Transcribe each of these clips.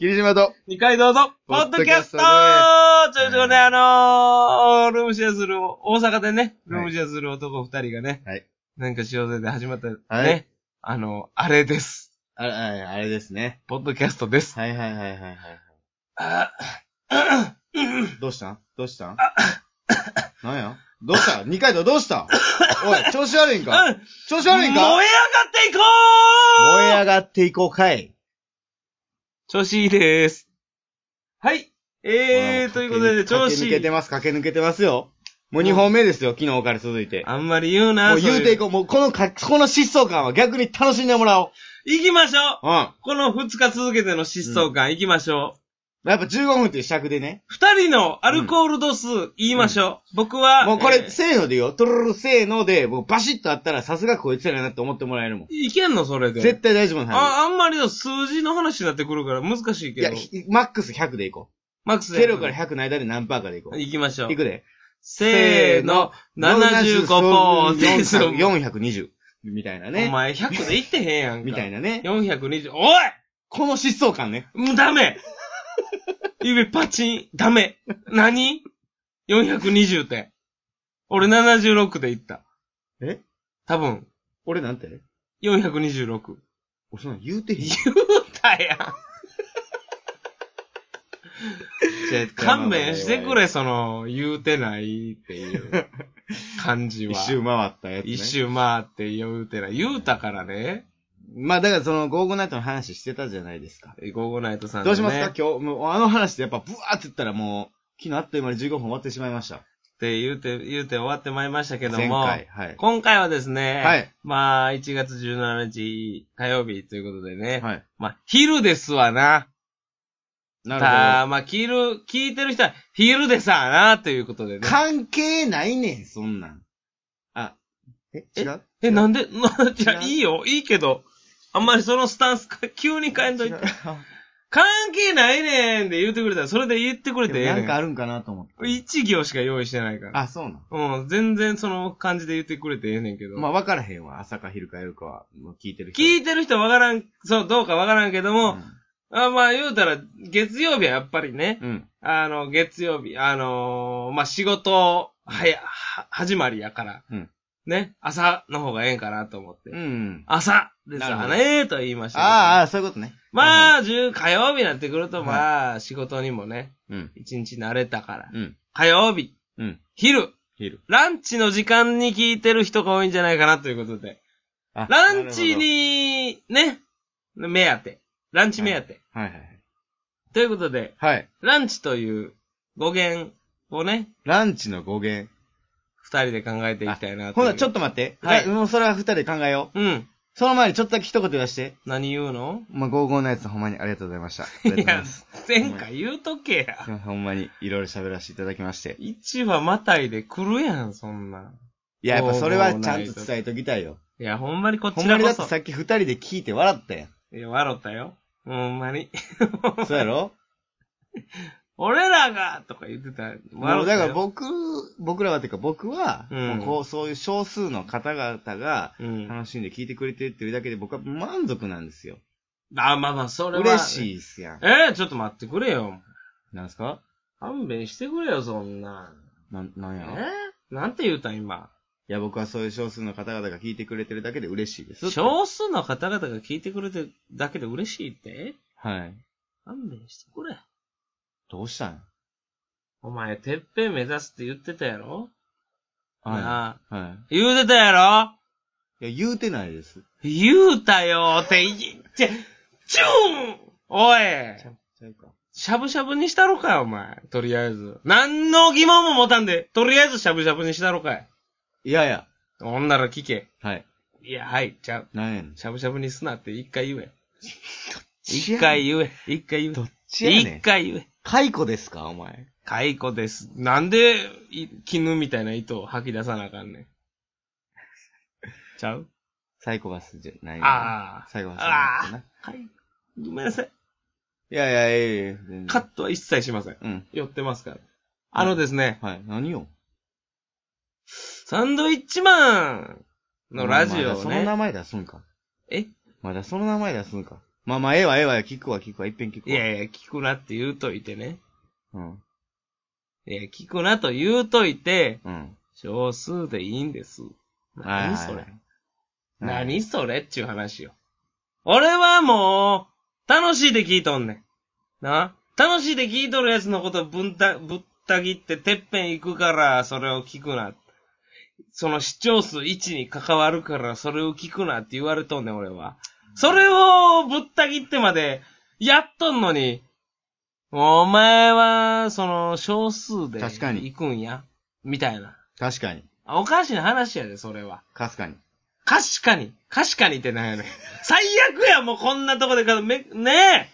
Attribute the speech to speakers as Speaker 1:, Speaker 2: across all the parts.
Speaker 1: 霧島と、
Speaker 2: 二回どうぞポ
Speaker 1: ポッ
Speaker 2: ッ
Speaker 1: ド
Speaker 2: ド
Speaker 1: キ
Speaker 2: キ
Speaker 1: ャ
Speaker 2: ャ
Speaker 1: ス
Speaker 2: ス
Speaker 1: ト
Speaker 2: ト
Speaker 1: ね
Speaker 2: ちょいちょいね、あのー、ルームシェアする、大阪でね、ルームシェアする男二人がね、
Speaker 1: はい
Speaker 2: なんかしようぜで始まった、ね、
Speaker 1: はい
Speaker 2: あの、あれです。
Speaker 1: あれ、あれあれですね。
Speaker 2: ポッドキャストです。
Speaker 1: はいはいはいはいはい。
Speaker 2: あ
Speaker 1: どうしたんどうした んなんやどうしたん二階堂どうしたんおい、調子悪いんか
Speaker 2: うん
Speaker 1: 調子
Speaker 2: 燃
Speaker 1: 悪
Speaker 2: え上
Speaker 1: い
Speaker 2: が
Speaker 1: んか
Speaker 2: っていこう
Speaker 1: 燃え上がっていこうかい。
Speaker 2: 調子いいでーす。はい。えー、ということで、
Speaker 1: 駆
Speaker 2: 調
Speaker 1: け
Speaker 2: 子
Speaker 1: 抜
Speaker 2: い
Speaker 1: け
Speaker 2: い
Speaker 1: て。ます、駆け抜けてますよ。もう二本目ですよ、昨日から続いて。
Speaker 2: あんまり言うな、
Speaker 1: もう言うてい
Speaker 2: こ
Speaker 1: こう。もうこのか、この疾走感は逆に楽しんでもらおう。
Speaker 2: ういう。行きましょう
Speaker 1: うん。や
Speaker 2: この二日続けての疾走感行きましょう。
Speaker 1: っぱ15分っていう尺でね。
Speaker 2: 二人のアルコール度数言いましょう。僕は、
Speaker 1: もうこ
Speaker 2: え
Speaker 1: れ、
Speaker 2: ー
Speaker 1: せーのでよ。トロロロせーので、もうバシッとあったらさすがこいつらやなって思ってもらえるもん。
Speaker 2: いけんのそれで。
Speaker 1: 絶対大丈夫なは
Speaker 2: あ、あんまりの数字の話になってくるから難しい
Speaker 1: ず。い
Speaker 2: け
Speaker 1: や、
Speaker 2: ど。
Speaker 1: ひマックス100でいこ
Speaker 2: マックス
Speaker 1: う。0から100の間で何パーかでいこう。
Speaker 2: 行きましょう
Speaker 1: い。くで。
Speaker 2: せーの、75ポーセンション。
Speaker 1: 420。みたいな
Speaker 2: お
Speaker 1: ね。
Speaker 2: 前100でいってへんやんか。
Speaker 1: みたい
Speaker 2: な。
Speaker 1: なね。
Speaker 2: 420、おい
Speaker 1: この疾走感ね。
Speaker 2: もうダ メ指パチン、ダメ。何 ?420 って。俺76でいった。
Speaker 1: え
Speaker 2: 多分、
Speaker 1: 俺なんて
Speaker 2: 426。
Speaker 1: 俺そんなん言うてへん。
Speaker 2: 言うたやん。勘弁してくれ、その、言うてないっていう感じは。
Speaker 1: 一周回ったやつ、ね。
Speaker 2: 一。周回って言うてない。言うたからね。
Speaker 1: まあだからその、ゴーゴーナイトの話してたじゃないですか。
Speaker 2: ゴーゴーナイトさん、ね。
Speaker 1: どうしますか今日、もうあの話ってやっぱブワーって言ったらもう、昨日あっという間に15分終わってしまいました。
Speaker 2: って言うて、言うて終わってまいりましたけど
Speaker 1: 前
Speaker 2: も。
Speaker 1: 回。はい。
Speaker 2: 今回はですね。
Speaker 1: はい
Speaker 2: まあ、1月17日火曜日ということでね。
Speaker 1: はい。
Speaker 2: まあ、昼ですわな。た
Speaker 1: なる
Speaker 2: あまあ、聞る、聞いてる人は、昼ですわな、ということで
Speaker 1: ほど。
Speaker 2: ね。
Speaker 1: 関係ないねん、そんなん。あ、え違う
Speaker 2: え、なんで、な、じゃ
Speaker 1: 違う
Speaker 2: いいよ、いいけど、あんまりそのスタンスか、急に変えんといて。関係ないねんって言ってくれたら、それで言ってくれてええ
Speaker 1: な
Speaker 2: ね
Speaker 1: んかあ
Speaker 2: ん。
Speaker 1: るんかなと思って。
Speaker 2: 一行しか用意してないから。
Speaker 1: あ、そうなん。
Speaker 2: うん、全然その感じで言ってくれてええねんけど。
Speaker 1: まあ、分からへんわ。朝か昼か夜かは、もう聞いてる人
Speaker 2: 聞
Speaker 1: て
Speaker 2: いてる人わからん、そう、どうかわからんけども、あまあ言うたら、月曜日はやっぱりね、
Speaker 1: うん。
Speaker 2: あの、月曜日、あのーまあ仕事、はや、は始まりやから、
Speaker 1: うん
Speaker 2: ね、朝の方がええんかなと思って。
Speaker 1: うん。
Speaker 2: 朝です
Speaker 1: なる
Speaker 2: わ
Speaker 1: ほど
Speaker 2: ね、と言いましたけど。
Speaker 1: あーあー、そういうことね。
Speaker 2: ま
Speaker 1: あ、
Speaker 2: あ、10火曜日になってくると、まあ、仕事にもね、
Speaker 1: うん。
Speaker 2: 一日慣れたから。
Speaker 1: うん。
Speaker 2: 火曜日、
Speaker 1: うん。
Speaker 2: 昼、
Speaker 1: 昼。
Speaker 2: ランチの時間に聞いてる人が多いんじゃないかなということで。
Speaker 1: あ
Speaker 2: ランチ。に、ね、目当て。ランチ目当て。
Speaker 1: なるほどはいはい
Speaker 2: ということで、
Speaker 1: はい。はい。
Speaker 2: ランチという語源をね、
Speaker 1: ランチの語源。
Speaker 2: 二人で考えていきたいなと
Speaker 1: ほ
Speaker 2: いう。
Speaker 1: な、ちょ
Speaker 2: っ
Speaker 1: っと待って。
Speaker 2: はい
Speaker 1: もうそれは二人で考えよう。
Speaker 2: と。うん。
Speaker 1: その前にちょっとだけ一言言わして。
Speaker 2: 何言うの
Speaker 1: まあ、ゴーゴーナイツほんまにありがとうございました。あ
Speaker 2: い
Speaker 1: りがとうござい
Speaker 2: や
Speaker 1: ます。、
Speaker 2: 前回言うとけや
Speaker 1: すい。ませんほんまに、いろいろ喋らせていただきまして。
Speaker 2: 一話またいで来るやん、そんな。
Speaker 1: いや、やっぱそれはちゃんと伝えときたいよ。
Speaker 2: いや、ほんまにこ
Speaker 1: ほ
Speaker 2: ち
Speaker 1: んま
Speaker 2: ら
Speaker 1: に
Speaker 2: こ
Speaker 1: だって
Speaker 2: そ。
Speaker 1: さっき二人で聞いて笑ったやん。
Speaker 2: いや、笑ったよ。ほんまに。
Speaker 1: そうやろ
Speaker 2: 俺らがとか言ってた。
Speaker 1: も
Speaker 2: 笑
Speaker 1: う
Speaker 2: った
Speaker 1: だ
Speaker 2: よ。
Speaker 1: から僕、僕らはっていうか僕は、
Speaker 2: うん
Speaker 1: もうこうそういう少数の方々が
Speaker 2: うん。
Speaker 1: 楽しんで聞いてくれてるっていうだけで僕は満足なんですよ。
Speaker 2: あ、まあまあ、それは。
Speaker 1: 嬉
Speaker 2: い。
Speaker 1: しいっすやん。
Speaker 2: えー、ちょっと待ってくれよ。
Speaker 1: なんすか
Speaker 2: 勘弁してくれよ、そんなん。
Speaker 1: なん、なん
Speaker 2: え
Speaker 1: や、
Speaker 2: ーなんて言うたん、今。
Speaker 1: いや僕はそういう少数の方々が聞いてくれてるだけで嬉しいです。
Speaker 2: 少数の方々が聞いてくれてるだけで嬉しいって
Speaker 1: はい。
Speaker 2: 勘弁してくれ。
Speaker 1: どうしたん
Speaker 2: お前、てっぺん目指すって言ってたやろな
Speaker 1: はい。は
Speaker 2: あ言うてたやろ
Speaker 1: い。いや、言うてないです。
Speaker 2: 言うたよって言って、チューンおい
Speaker 1: ちゃうか。
Speaker 2: しゃぶしゃぶにしたろかい、お前。とりあえず。何の疑問も持たんで、とりあえずしゃぶしゃぶにしたろかい。
Speaker 1: いやいや。
Speaker 2: ほんなら聞け。
Speaker 1: はい。
Speaker 2: いや、はい、ちゃう。
Speaker 1: なんやねん。
Speaker 2: しゃぶしゃぶにすなって一回言え。
Speaker 1: 一
Speaker 2: 一回言え。一回言
Speaker 1: どっち
Speaker 2: え。
Speaker 1: やね
Speaker 2: 一
Speaker 1: ん。
Speaker 2: 回言え。
Speaker 1: 解雇ですかお前。
Speaker 2: 解雇です。なんで、い絹みたいな糸を吐き出さなあかんねん。ちゃう
Speaker 1: サイコパスじゃないよ
Speaker 2: ああ。
Speaker 1: サイコパスじゃないかな。
Speaker 2: はい。ごめんなさい。
Speaker 1: いやいや、いやいや全然
Speaker 2: カットは一切しません。
Speaker 1: うん。
Speaker 2: 寄ってますから。あのですね、
Speaker 1: はい。何よ
Speaker 2: サンドイッチマンのラジオ
Speaker 1: まだ
Speaker 2: を
Speaker 1: その
Speaker 2: ね。
Speaker 1: 名前出すんか。
Speaker 2: え
Speaker 1: まだその名前出すんか。まあまあ、ええわ、ええわ、聞くわ、聞くわ、いっぺん聞く
Speaker 2: い
Speaker 1: わ。
Speaker 2: やいや、聞くなって言うといてね。
Speaker 1: うん。
Speaker 2: いや、聞くなと言うといて、
Speaker 1: うん。
Speaker 2: 少数でいいんです。
Speaker 1: はい
Speaker 2: 何
Speaker 1: はい
Speaker 2: そ
Speaker 1: は
Speaker 2: れ
Speaker 1: い。
Speaker 2: 何それっちゅう話よ。俺はもう、楽しいで聞いとんねん。な楽しいで聞いとるやつのことぶんた、ぶった切っててっぺん行くから、それを聞くな。その視聴数1に関わるから、それを聞くなって言われとんねん、俺は。それをぶった切ってまで、やっとんのに、お前は、その、少数で
Speaker 1: 確かに
Speaker 2: 行くんや。みたいな。
Speaker 1: 確かに。
Speaker 2: あおかしな話やで、それは。
Speaker 1: かすかに。
Speaker 2: 確かに、確かにってなんやねん。最悪や、もうこんなとこでか、め、ね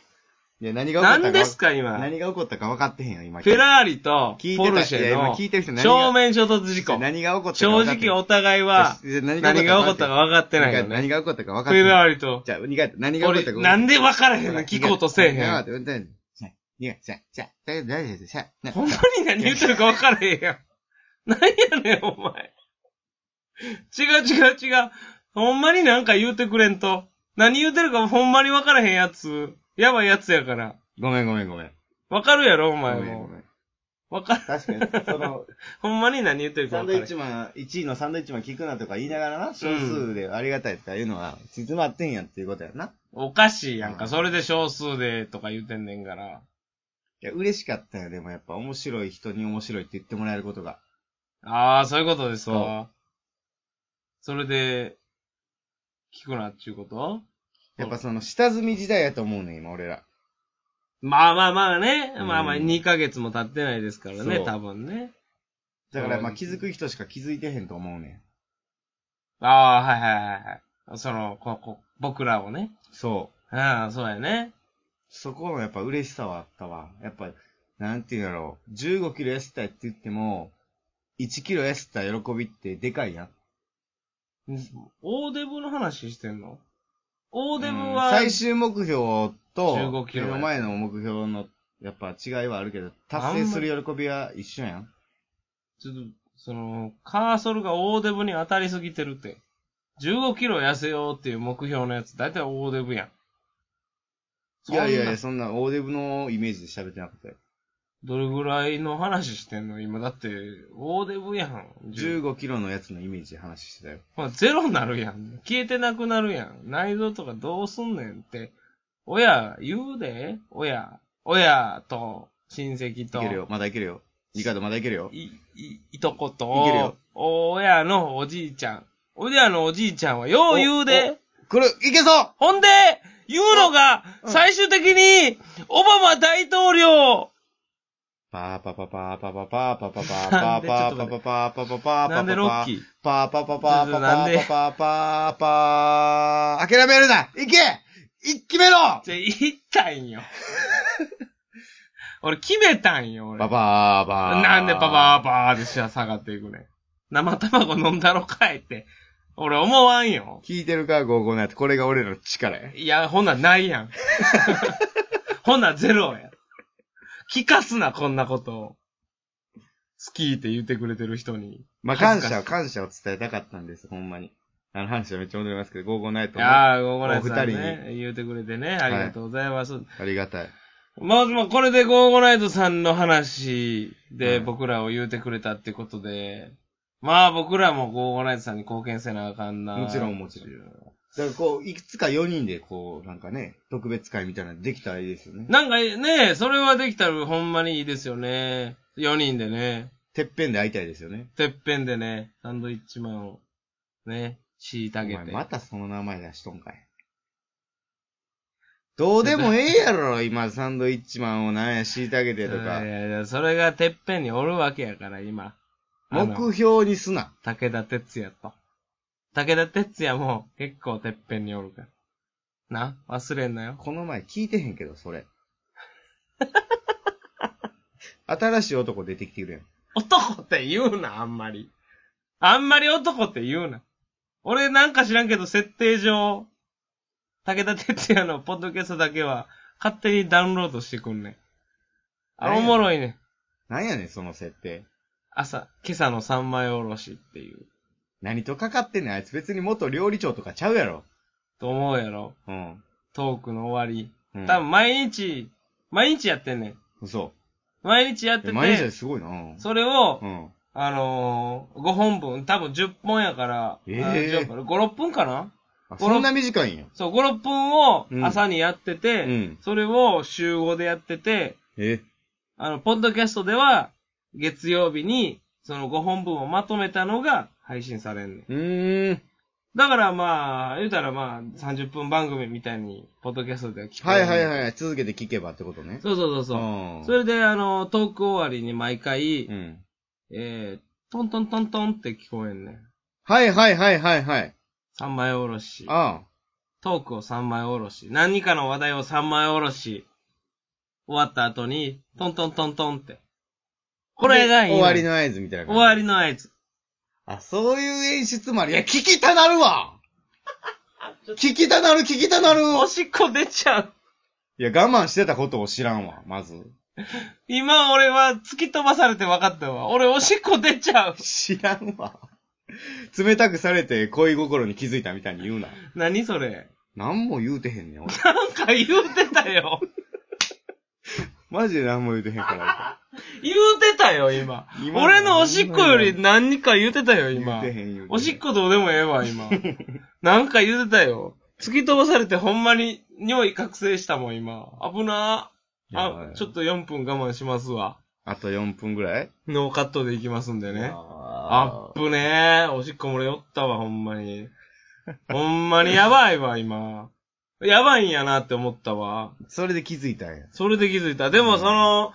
Speaker 1: いや、何
Speaker 2: え
Speaker 1: が起こったか。
Speaker 2: 何ですか、今。
Speaker 1: 何が起こったか分かってへんよ、今。
Speaker 2: フェラーリと
Speaker 1: 聞いてた
Speaker 2: ポルシ
Speaker 1: いや
Speaker 2: ェ
Speaker 1: 今
Speaker 2: の
Speaker 1: 聞いてる人何が
Speaker 2: 正面衝突事故。
Speaker 1: 何が起こったか
Speaker 2: 正
Speaker 1: 分かってへん。
Speaker 2: 直お互いは
Speaker 1: じゃあ何
Speaker 2: 何が起こったか分かってないよね。
Speaker 1: 何が起こったか分か
Speaker 2: フ
Speaker 1: って
Speaker 2: ェ
Speaker 1: ない。
Speaker 2: ラーリと、
Speaker 1: じゃあ、苦手。何が起こっ
Speaker 2: 俺
Speaker 1: たか分かって
Speaker 2: なんで分からへん
Speaker 1: ほ
Speaker 2: の
Speaker 1: ら
Speaker 2: 聞こうとせえへ
Speaker 1: 苦
Speaker 2: ん。
Speaker 1: 手苦手苦手苦手苦手大丈夫です苦手
Speaker 2: ほんまに何言ってるか分からへんやん。何やねん、お前。違う違う違う。ほんまになんか言うてくれんと。何言うてるかほんまに分からへんやつ。やばいやつやから。
Speaker 1: ごめんごめんごめん。
Speaker 2: わかるやろ、お
Speaker 1: ご
Speaker 2: 前
Speaker 1: めんご
Speaker 2: も
Speaker 1: め。ん。
Speaker 2: わかる。
Speaker 1: 確かに、その、
Speaker 2: ほんまに何言ってるか
Speaker 1: サ
Speaker 2: わ
Speaker 1: ン
Speaker 2: か
Speaker 1: ドイッ
Speaker 2: る
Speaker 1: チ。マン、1位のサンドイッチマン聞くなとか言いながらな、少数でありがたいとか言うのは、静まってんやっていうことやな。
Speaker 2: おかしいやん
Speaker 1: う
Speaker 2: か。
Speaker 1: ん
Speaker 2: それで少数でとか言うてんねんから。
Speaker 1: いや、嬉しかったよ。でもやっぱ面白い人に面白いって言ってもらえることが。
Speaker 2: ああ、そういうことですわ。それで、聞くなっちゅうこと
Speaker 1: やっぱその、下積み時代やと思うねん、今俺ら。
Speaker 2: まあまあまあね。
Speaker 1: うん
Speaker 2: まあまあ、2ヶ月も経ってないですからね、
Speaker 1: そう
Speaker 2: 多分ね。
Speaker 1: だからまあ
Speaker 2: そう
Speaker 1: 気づく人しか気づいてへんと思うねん。
Speaker 2: ああ、はいはいはいはい。その、ここ僕らをね。
Speaker 1: そう。
Speaker 2: ああ、そうやね。
Speaker 1: そこのやっぱ嬉しさはあったわ。やっぱ、なんていうんだろう。15キロ痩せたいって言っても、1キロ痩せた喜びってでかいやん。
Speaker 2: 大デブの話してんの大デブ
Speaker 1: うん
Speaker 2: は、
Speaker 1: 最終目標と
Speaker 2: 15、キ
Speaker 1: 目
Speaker 2: ロや
Speaker 1: の前の目標の、やっぱ違いはあるけど、達成する喜びは一緒やん。
Speaker 2: ちょっと、その、カーソルが大デブに当たりすぎてるって。15キロ痩せようっていう目標のやつ、だいたい大デブやん。
Speaker 1: いやいやい
Speaker 2: そん
Speaker 1: や、
Speaker 2: な。
Speaker 1: そんな大デブのイメージで喋ってなくて。
Speaker 2: どれぐらいの話してんの今、だって、大デブやん。10
Speaker 1: 15キロのやつのイメージで話してたよ。
Speaker 2: まあ、ゼロになるやん。消えてなくなるやん。内臓とかどうすんねんって。親、言うで親。親と、親戚
Speaker 1: い
Speaker 2: と。
Speaker 1: けるよ。まだいけるよ。ニカドまだいけるよ。
Speaker 2: い、い、いとこ
Speaker 1: いける
Speaker 2: と
Speaker 1: よ、
Speaker 2: 親のおじいちゃん。親のおじいちゃんは、よう言うで。
Speaker 1: 来るいけそう
Speaker 2: ほんで、言うのが、
Speaker 1: うん
Speaker 2: 最終的に、オバマ大統領、
Speaker 1: パーパパパーパパパーパパパーパーパーパパパーパパパーパパパー
Speaker 2: なんでロッキー
Speaker 1: パーパパパーパパーパーパーパー諦めるな行け一気めろ
Speaker 2: じゃ、言ったん よ。俺、決めたんよ、俺。
Speaker 1: パパーパー
Speaker 2: なんでパパーパーで下下がっていくねん。生卵飲んだろかいって、俺思わんよ。
Speaker 1: 聞いてるか、55のやつ。これが俺らの力や。
Speaker 2: いや、ほんなんないやん。 ほんなんゼロや。聞かすな、こんなことを。好きって言ってくれてる人に。
Speaker 1: まあ、
Speaker 2: 恥ず
Speaker 1: 感
Speaker 2: かしい
Speaker 1: 謝、感謝を伝えたかったんです、ほんまに。あの話はめっちゃ戻りますけど、55のやつ
Speaker 2: い
Speaker 1: もあ
Speaker 2: やー、ごめんなさい
Speaker 1: お二
Speaker 2: ね。言うてくれてね。ありがとうございます。
Speaker 1: りがたい。
Speaker 2: まず、まあ、これでゴーゴナイトさんの話で
Speaker 1: うん
Speaker 2: 僕らを言うてくれたってことで、まあ僕らもゴーゴナイトさんに貢献せなあかんな。
Speaker 1: もちろんもちろんだからこう、いくつか4人でこう、なんかね、特別会みたいなのできたらいいですよね。
Speaker 2: なんかね、それはできたらほんまにいいですよね。4人でね、
Speaker 1: てっぺんで会いたいですよね。
Speaker 2: てっぺんでね、サンドイッチマンをね、虐
Speaker 1: お
Speaker 2: げ
Speaker 1: 前
Speaker 2: て。
Speaker 1: またその名前出しとんかい。どうでもええや ろ、今、サンドイッチマンをなんや、虐げてとか
Speaker 2: い。やいや、それがてっぺんにおるわけやから、今。あの
Speaker 1: 目標にすな。
Speaker 2: 武田鉄矢と。武田鉄矢も結構てっぺんにおるから。な、忘れんなよ。
Speaker 1: この前聞いてへんけど、それ。新しい男出てきてるやん。
Speaker 2: 男って言うな、あんまり。あんまり男って言うな。俺なんか知らんけど、設定上、武田鉄矢のポッドキャストだけは、勝手にダウンロードしてくんねん。あ、お
Speaker 1: 何やねん
Speaker 2: もろいね。
Speaker 1: なんやねん、その設定。
Speaker 2: 朝、今朝の三枚おろしっていう。
Speaker 1: 何とかかってんねん、あいつ別に元料理長とかちゃうやろ。
Speaker 2: と思うやろ。
Speaker 1: うん。
Speaker 2: トークの終わ
Speaker 1: うん
Speaker 2: り。多分毎日、毎日やってんねん。
Speaker 1: 嘘。
Speaker 2: 毎日やって
Speaker 1: いや毎日
Speaker 2: て、
Speaker 1: ですごいな。うん。
Speaker 2: それを、
Speaker 1: うん。
Speaker 2: あのー、5本分、多分10本やから、
Speaker 1: え
Speaker 2: 5、
Speaker 1: え
Speaker 2: 6分かな
Speaker 1: あ、そんな短いんや。
Speaker 2: そう、5、6分を
Speaker 1: うん
Speaker 2: 朝にやってて、
Speaker 1: うん
Speaker 2: それを週5でやってて、
Speaker 1: え
Speaker 2: あの、ポッドキャストでは、月曜日に、その5本分をまとめたのが配信されんねん。
Speaker 1: うーん。
Speaker 2: だからまあ、言うたらまあ、30分番組みたいに、ポッドキャストでは聞こ
Speaker 1: は
Speaker 2: える
Speaker 1: いはいはい。続けて聞けばってことね。
Speaker 2: そうそうそうそう。
Speaker 1: ん
Speaker 2: それで、あの、トーク終わりに毎回、
Speaker 1: うん。
Speaker 2: えー、トントントントンって聞こえんねん。
Speaker 1: はいはいはいはいはい。
Speaker 2: 三枚おろし。
Speaker 1: ああ。
Speaker 2: トークを三枚おろし。何かの話題を三枚おろし。終わった後に、トントントントンって。これがいい。
Speaker 1: 終わり。の合図みたいな感
Speaker 2: 終
Speaker 1: じ。
Speaker 2: わりの合図。
Speaker 1: あ、そういう演出もある。いや、聞きたな るわ聞きたなる、聞きたなる
Speaker 2: おしっこ出ちゃう。
Speaker 1: いや、我慢してたことを知らんわ、まず。
Speaker 2: 今俺は突き飛ばされて分かったわ。俺おしっこ出ちゃう。
Speaker 1: 知らんわ。冷たくされて恋心に気づいたみたいに言うな。
Speaker 2: 何それ。
Speaker 1: 何も言うてへんねん、 俺。
Speaker 2: なんか言うてたよ。
Speaker 1: マジで何も言うてへんから。
Speaker 2: 言うてたよ、今。
Speaker 1: 今
Speaker 2: 俺のおしっこより何か言うてたよ、今。
Speaker 1: 言うてへん言うてへん
Speaker 2: おしっこどうでもええわ、 今。なんか言うてたよ。突き飛ばされてほんまに匂い覚醒したもん、今。危なー
Speaker 1: やばい
Speaker 2: あ、ちょっと4分我慢しますわ。
Speaker 1: あと4分ぐらい
Speaker 2: ノーカットでいきますんでね。あ
Speaker 1: あ
Speaker 2: っぶねー。おしっこ漏れよったわ、ほんまに。ほんまにやばいわ、今。やばいんやなって思ったわ。
Speaker 1: それで気づいたんや。
Speaker 2: それで気づいた。でも、その、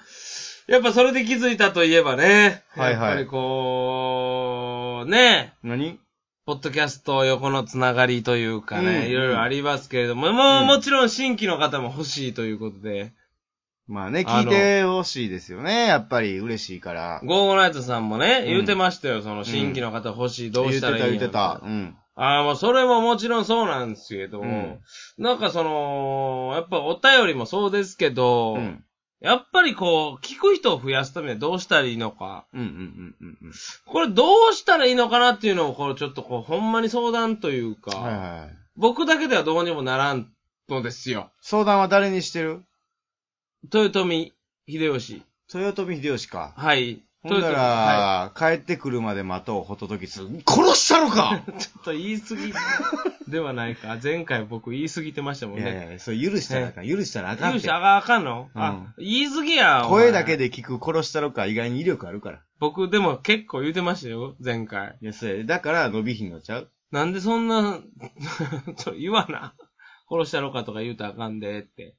Speaker 2: やっぱそれで気づいたといえばね。
Speaker 1: はいはい
Speaker 2: やっぱりこう、ね
Speaker 1: 何
Speaker 2: ポッドキャスト横のつながりというかね、
Speaker 1: うん
Speaker 2: いろいろありますけれども、もう、
Speaker 1: うん
Speaker 2: もちろん新規の方も欲しいということで、
Speaker 1: まあね、
Speaker 2: あ
Speaker 1: 聞い
Speaker 2: の
Speaker 1: てほしいですよね。やっぱり嬉しいから。
Speaker 2: ゴーゴナイトさんもね、
Speaker 1: ん
Speaker 2: 言うてましたよ、その新規の方欲しい、どうしたらいいんや
Speaker 1: 言ってた、言ってた。うん。
Speaker 2: ああ、もうそれももちろんそうなんですけど、
Speaker 1: うん
Speaker 2: なんかその、やっぱお便りもそうですけど、
Speaker 1: うん。
Speaker 2: やっぱりこう、聞く人を増やすためにはどうしたらいいのか、
Speaker 1: うんうんうんうんうん。
Speaker 2: これどうしたらいいのかなっていうのを、こう、ちょっとこう、ほんまに相談というか、
Speaker 1: はいはいはい。
Speaker 2: 僕だけではどうにもならんのですよ。
Speaker 1: 相談は誰にしてる
Speaker 2: 豊臣秀吉。
Speaker 1: 豊臣秀吉か。
Speaker 2: はい。
Speaker 1: ほんなら、
Speaker 2: 豊
Speaker 1: 帰ってくるまで待とう、ほとときす。殺したのか
Speaker 2: 臣はいちょっと言い過ぎではないか。前回僕言い過ぎてましたもん
Speaker 1: い
Speaker 2: ね。
Speaker 1: やいや、それ許したらあかん、許したらあか
Speaker 2: 言
Speaker 1: んっ
Speaker 2: う
Speaker 1: て
Speaker 2: し、。あかあかんの、あ、言い過ぎや。お前
Speaker 1: 声だけ。で聞く殺したのか意外に威力あるから。
Speaker 2: 僕でも結構言うてましたよ、前回。
Speaker 1: いや、それ、だから伸びひんのちゃう
Speaker 2: なんでそんな、 ちょ、言わな。殺したろかとか言うたらあかんでって。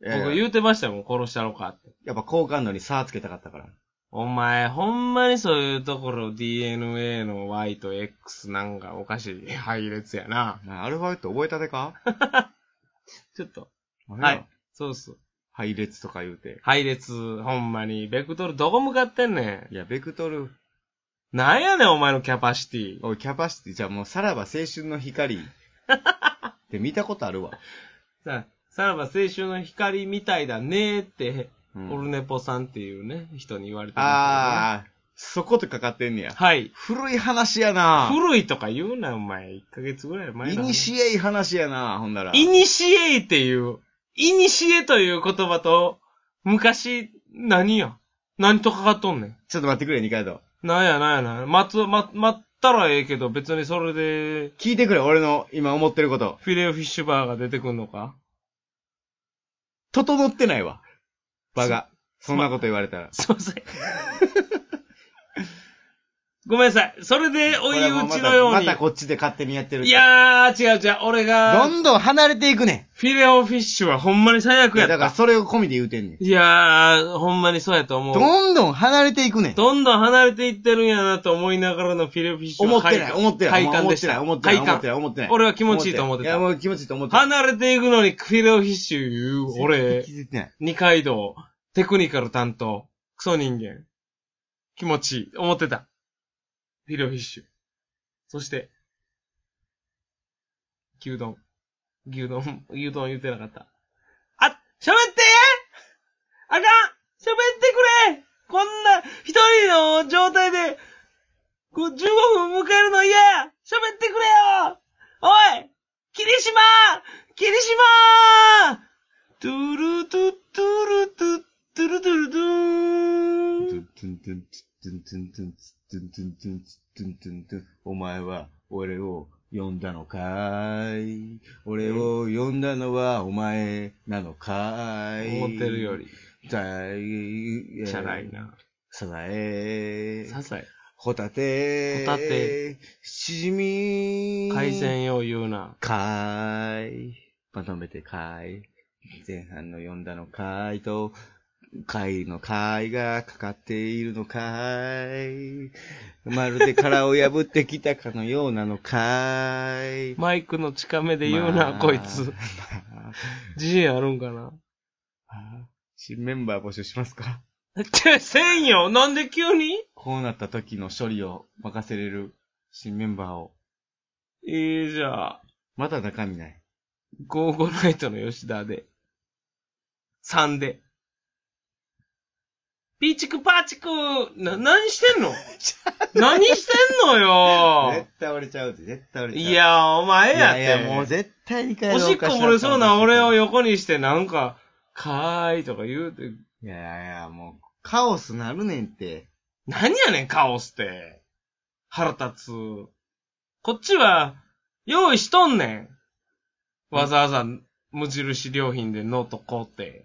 Speaker 2: 僕
Speaker 1: いや
Speaker 2: 言うてましたもん、殺したろかって。
Speaker 1: やっぱ好感度に差つけたかったから。
Speaker 2: お前、ほんまにそういうところ DNA の Y と X なんかおかしい配列やな。
Speaker 1: なアルファベット覚えた てか
Speaker 2: ちょっと、
Speaker 1: は
Speaker 2: はい。。そうそう。
Speaker 1: 配列とか言うて。
Speaker 2: 配列、ほんまに。ベクトルどこ向かってんね
Speaker 1: いや、ベクトル、
Speaker 2: ん。なんやねん、お前のキャパシティ。
Speaker 1: おい、キャパシティ、じゃあもうさらば青春 の光。って見たことあるわ。
Speaker 2: さ、さらば青春の光みたいだねーって、
Speaker 1: うん
Speaker 2: オルネポさんっていうね、人に言われてま
Speaker 1: あー、そことかかってんねや
Speaker 2: す。はい。
Speaker 1: 古い話やな
Speaker 2: 古いとか言うな、お前。1ヶ月ぐらい前
Speaker 1: イ
Speaker 2: だ。
Speaker 1: ニシエイ話やな、ほんなら。
Speaker 2: イニシエイっていう、イニシエという言葉と、昔、何や何とかかっとんねん。
Speaker 1: ちょっと待ってくれ、二階堂。
Speaker 2: なんやなんやなんや。待つ、待、待ったらええけど、別にそれで、
Speaker 1: 聞いてくれ、俺の今思ってること。
Speaker 2: フィレオフィッシュバーが出てくんのか
Speaker 1: 整ってないわ。場が。そんなこと言われたら。
Speaker 2: すいません。 ごめんなさい。それで追い打ちのよう
Speaker 1: ま
Speaker 2: に。
Speaker 1: たこっちで勝手にやってる。
Speaker 2: い、やー、違う違う。俺
Speaker 1: ど
Speaker 2: が、
Speaker 1: んどん離れていくね
Speaker 2: フィレオフィッシュはほんまに最
Speaker 1: ん。
Speaker 2: 悪
Speaker 1: い
Speaker 2: や
Speaker 1: や、
Speaker 2: った。
Speaker 1: だからそれを込みで言うてんねん。
Speaker 2: いやー、ほんまにそうやと思う。
Speaker 1: どんどん離れていくねん。
Speaker 2: どんどん離れていってるんやなと思いながらのフィレオフィッシュ
Speaker 1: 思
Speaker 2: は
Speaker 1: ってない、
Speaker 2: 快感
Speaker 1: 思ってない。
Speaker 2: 快感でした。
Speaker 1: 思ってない、
Speaker 2: 快
Speaker 1: 思ってない、
Speaker 2: 感
Speaker 1: 思ってない。
Speaker 2: 俺は気持ちいいと思ってた
Speaker 1: いや、もう気持ちいいと思ってた。
Speaker 2: 離れていくのにフィレオフィッシュ言う、俺
Speaker 1: 気、づいてない。
Speaker 2: 二階堂、テクニカル担当、クソ人間、気持ちいい、思ってた。フィレオフィッシュ。そして、牛丼。牛丼、牛丼言ってなかった。あ、喋ってあかん喋ってくれこんな、一人の状態で、こう15分迎えるの嫌や喋ってくれよおい切れ島霧島トゥルトゥトゥルトゥトゥルトゥルト
Speaker 1: トゥ
Speaker 2: ゥー
Speaker 1: ントゥントゥントゥントゥントゥントゥントゥントゥントゥントゥントゥンお前は俺を呼んだのかーい俺を呼んだのはお前なのかーい
Speaker 2: 思ってるよ。り、
Speaker 1: だ
Speaker 2: チ
Speaker 1: い、
Speaker 2: ャラい。な。
Speaker 1: さだえー
Speaker 2: ささい。
Speaker 1: ホタテ。
Speaker 2: ホタテ。
Speaker 1: しじみ。
Speaker 2: 海。鮮よう言うな。
Speaker 1: かーい。まとめてかーい。前半の読んだのかーいと、貝の貝がかかっているのかーい。まるで殻を破ってきたかのようなのかーい。
Speaker 2: マイクの近めで言うな、
Speaker 1: まあ
Speaker 2: こいつ。。
Speaker 1: ま
Speaker 2: 自信あるんかな
Speaker 1: あ新メンバー募集しますか
Speaker 2: ちゃ、せんよなんで急に
Speaker 1: こうなった時の処理を任せれる新メンバーを。
Speaker 2: ええ、じゃあ、
Speaker 1: まだ中身ない。
Speaker 2: ゴーゴナイトの吉田で。3で。ピーチクパーチクな、何してん の何してんの
Speaker 1: 絶
Speaker 2: よ
Speaker 1: 対折れちゃうって、絶対折れちゃう。
Speaker 2: いや、お前やって。
Speaker 1: いやいや、もう絶対に帰ろ
Speaker 2: お
Speaker 1: う
Speaker 2: しっこ漏れそうな俺を
Speaker 1: い
Speaker 2: 横にしてなんか、かーいとか言うて。
Speaker 1: やいやいや、もう、カオスなるねんって。
Speaker 2: 何やねん、カオスって。腹立つ。こっちは、用意しとんねん。わざわざ、無印良品でノート買うて。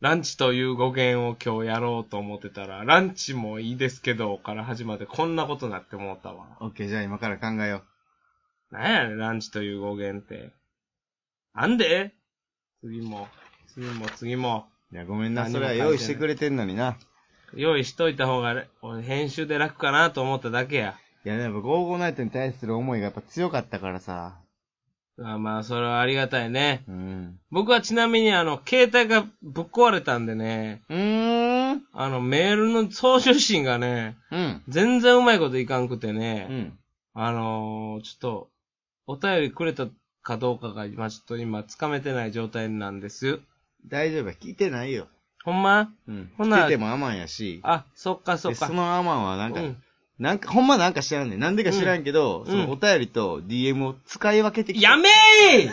Speaker 2: ランチという語源を今日やろうと思ってたら、ランチもいいですけど、から始まってこんなことなってもうたわ。
Speaker 1: オッケー、じゃあ今から考えよ
Speaker 2: なんやねん、ランチという語源って。あんで次も、次も、次も。
Speaker 1: う。いや、ごめんな、
Speaker 2: 何
Speaker 1: そ
Speaker 2: も
Speaker 1: れは用意してくれてんのにな。
Speaker 2: 用意しといた方がれ、俺編集で楽かなと思っただけや。
Speaker 1: いや、やっぱ、ゴーゴーナイトに対する思いがやっぱ強かったからさ。
Speaker 2: あまあ、それはありがたいね。
Speaker 1: うん。
Speaker 2: 僕はちなみに、あの、携帯がぶっ壊れたんでね、
Speaker 1: うーん。
Speaker 2: あの、メールの送受信がね、
Speaker 1: うん。
Speaker 2: 全然うまいこといかんくて
Speaker 1: う
Speaker 2: ね、
Speaker 1: ん。
Speaker 2: あのーちょっと、お便りくれたかどうかが、今ちょっと今、つかめてない状態なんです。
Speaker 1: 大丈夫や、聞いてないよ。
Speaker 2: ほんま
Speaker 1: うん。
Speaker 2: ほんなら
Speaker 1: 聞いてもアマンやし。
Speaker 2: あ、そっかそっ
Speaker 1: で
Speaker 2: か。
Speaker 1: そのアマンはなんか、
Speaker 2: うん
Speaker 1: なんか、ほんまなんか知らんねん。なんでか知らんけど、
Speaker 2: ん
Speaker 1: そのお便りと DM を使い分けてきた
Speaker 2: やめ ー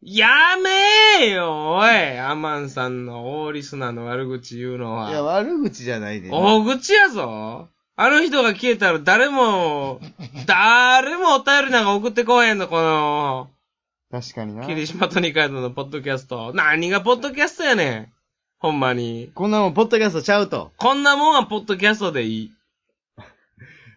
Speaker 2: やめーよ、おいアマンさんの大リスナーの悪口言うのは。
Speaker 1: いや、悪口じゃないねんな。
Speaker 2: 大口やぞ。あの人が消えたら誰 も、誰もお便りなんか送ってこへんの、この、
Speaker 1: 確かにな。
Speaker 2: 霧島と二階堂のポッドキャスト。何がポッドキャストやねん。ほんまに。
Speaker 1: こんなもん、ポッドキャストちゃうと。
Speaker 2: こんなもんはポッドキャストでいい。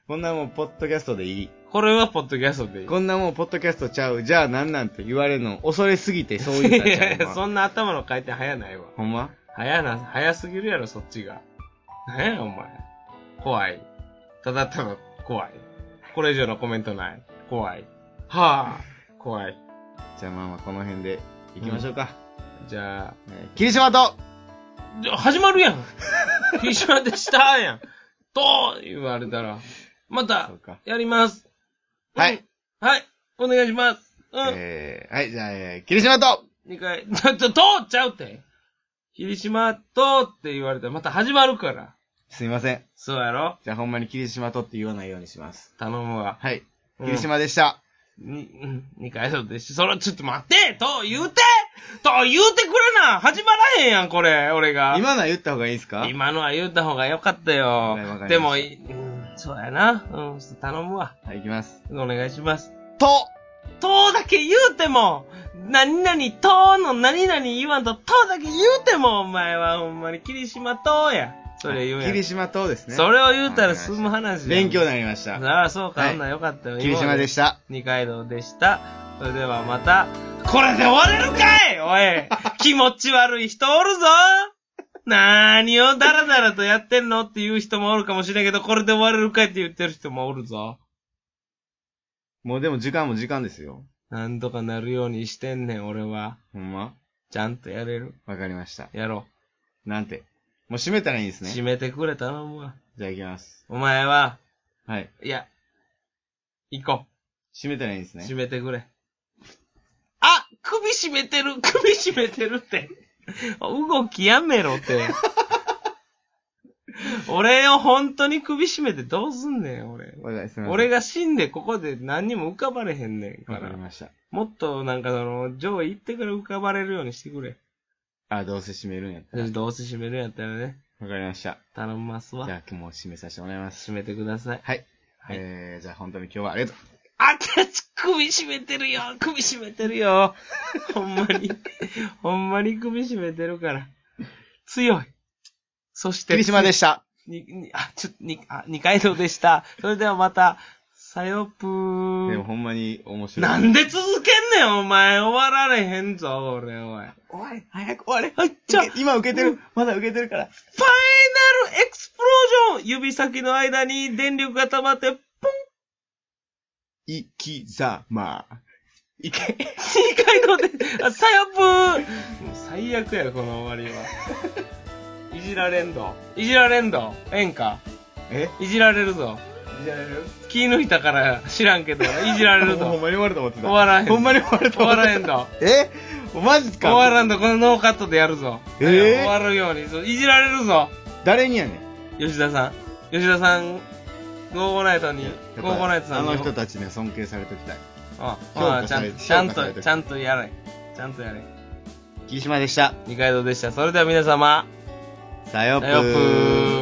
Speaker 1: こんなもん、ポッドキャストでいい。
Speaker 2: これはポッドキャストでいい。
Speaker 1: こんなもん、ポッドキャストちゃう。じゃあ、なんなんて言われるの。恐れすぎて、そう
Speaker 2: い
Speaker 1: 言ったんちゃ
Speaker 2: や
Speaker 1: う
Speaker 2: いや、
Speaker 1: 今
Speaker 2: そんな頭の回転早ないわ。
Speaker 1: ほんま
Speaker 2: 早な、早すぎるやろ、そっちが。何や、お前。怖い。ただただ怖い。これ以上のコメントない。怖い。はぁ、怖い。
Speaker 1: じゃあ、まあまあ、この辺で、行きましょうか。
Speaker 2: じゃあ、
Speaker 1: えー霧島と
Speaker 2: じゃ始まる やん。霧島でしたやん。と言われたら、また
Speaker 1: そうか、
Speaker 2: やります。うん
Speaker 1: はい。
Speaker 2: はい。お願いします。うん。
Speaker 1: えー、はい、じゃあ、えー霧島と
Speaker 2: 二回、 ちょっと、とちゃうって。霧島とって言われたら、また始まるから。
Speaker 1: すいません。
Speaker 2: そうやろ
Speaker 1: じゃあ、ほんまに霧島とって言わないようにします。
Speaker 2: 頼むわ。
Speaker 1: はい。
Speaker 2: うん
Speaker 1: 霧島でした。
Speaker 2: に、うん二回そうですし、それはちょっと待ってと言うてと言うてくれな始まらへんやん、これ、俺が。
Speaker 1: 今のは言った方がいいですか
Speaker 2: 今のは言った方がよかったよ
Speaker 1: はいわかりました。
Speaker 2: でも、いうん、そうやな。うん、頼むわ。
Speaker 1: はい、行きます。
Speaker 2: お願いします。
Speaker 1: と
Speaker 2: とだけ言うても、何々との何々言わんと、とだけ言うても、お前はほんまに霧島とや。それ言うやん。
Speaker 1: 霧島とですね。
Speaker 2: それを言うたら済む話やん
Speaker 1: 勉強になりました。
Speaker 2: ああ、そうか、
Speaker 1: はい
Speaker 2: ほんならよかったよ。
Speaker 1: 霧島で
Speaker 2: し
Speaker 1: した。
Speaker 2: 二階堂でした。それではまた、これで終われるか いおい気持ち悪い人おるぞ何をダラダラとやってんのっていう人もおるかもしれんけど、これで終われるかいって言ってる人もおるぞ。
Speaker 1: もうでも時間も時間ですよ。
Speaker 2: なんとかなるようにしてんねん、俺は。
Speaker 1: ほんま
Speaker 2: ちゃんとやれる。
Speaker 1: わかりました。
Speaker 2: やろ
Speaker 1: なんて。もう閉めたらいいんです
Speaker 2: う。
Speaker 1: ね。
Speaker 2: 締めてくれ、頼むわ。
Speaker 1: じゃあ行きます。
Speaker 2: お前は、
Speaker 1: はい。
Speaker 2: いや、行こ
Speaker 1: 閉めたらいいんです
Speaker 2: う。
Speaker 1: ね。
Speaker 2: 締めてくれ。あ首締めてる 首締めてるって。動きやめろって。俺を本当に首絞めてどうすんねん、俺。
Speaker 1: わかりま
Speaker 2: 俺が死んでここで何にも浮かばれへんねんか
Speaker 1: わかり
Speaker 2: ら。
Speaker 1: ました。
Speaker 2: もっとなんかその、上位行ってから浮かばれるようにしてくれ。
Speaker 1: あ、どうせ閉めるんやったら。
Speaker 2: どうせ締めるんやったらね、
Speaker 1: わかりました。
Speaker 2: 頼みます
Speaker 1: じ
Speaker 2: わ。
Speaker 1: ゃあ、もう締めさせてもらいます。
Speaker 2: 締めてください。
Speaker 1: はい。
Speaker 2: はい
Speaker 1: えー、じゃあ本当に今日はありがとう。
Speaker 2: あたち、首絞めてるよ首絞めてるよほんまに、ほんまに首絞めてるから。強い。そして、
Speaker 1: 霧島でした。
Speaker 2: に、に、あ、ちょっと、に、あ、二階堂でした。それではまた、さよぷ
Speaker 1: でも
Speaker 2: ー。
Speaker 1: ほんまに面白い。
Speaker 2: なんで続けんねん、お前。終わられへんぞ、俺、おい。
Speaker 1: おい、早く終われ。
Speaker 2: はい、じゃあ、ファイナルエ
Speaker 1: 受け今受けてる。まだ受けてるから。
Speaker 2: クスプロージョン指先の間に電力が溜まって、ポン
Speaker 1: 生きざま。いけ。
Speaker 2: 二階堂で、あ、さよぷー。もう最悪や、この終わりは。いじられんど。いじられんど。ええんか。
Speaker 1: え
Speaker 2: いじられるぞ。
Speaker 1: いじられる
Speaker 2: 気抜いたから知らんけど、いじられる
Speaker 1: ほん
Speaker 2: ぞ。
Speaker 1: まに終わると思ってた。
Speaker 2: 終わらへん
Speaker 1: ほんまに終わると
Speaker 2: 終
Speaker 1: 思
Speaker 2: わ
Speaker 1: ってた。
Speaker 2: らへんど。
Speaker 1: えマジか。
Speaker 2: 終わらんとこのノーカットでやるぞ。
Speaker 1: えー
Speaker 2: 終わるようにそう。いじられるぞ。
Speaker 1: 誰にやねん。
Speaker 2: 吉田さん。吉田さん、ゴーゴーナイトに、ゴーゴーナイトさ
Speaker 1: あ
Speaker 2: んに。
Speaker 1: の人たちね、尊敬されておきたい。
Speaker 2: あ、
Speaker 1: 評価
Speaker 2: あちゃ
Speaker 1: され
Speaker 2: んちゃん
Speaker 1: 評価されて
Speaker 2: と、
Speaker 1: る
Speaker 2: ちゃんとやれ。ちゃんとやれ。
Speaker 1: 霧島でした。
Speaker 2: 二階堂でした。それでは皆様、
Speaker 1: さよ
Speaker 2: さよぷー。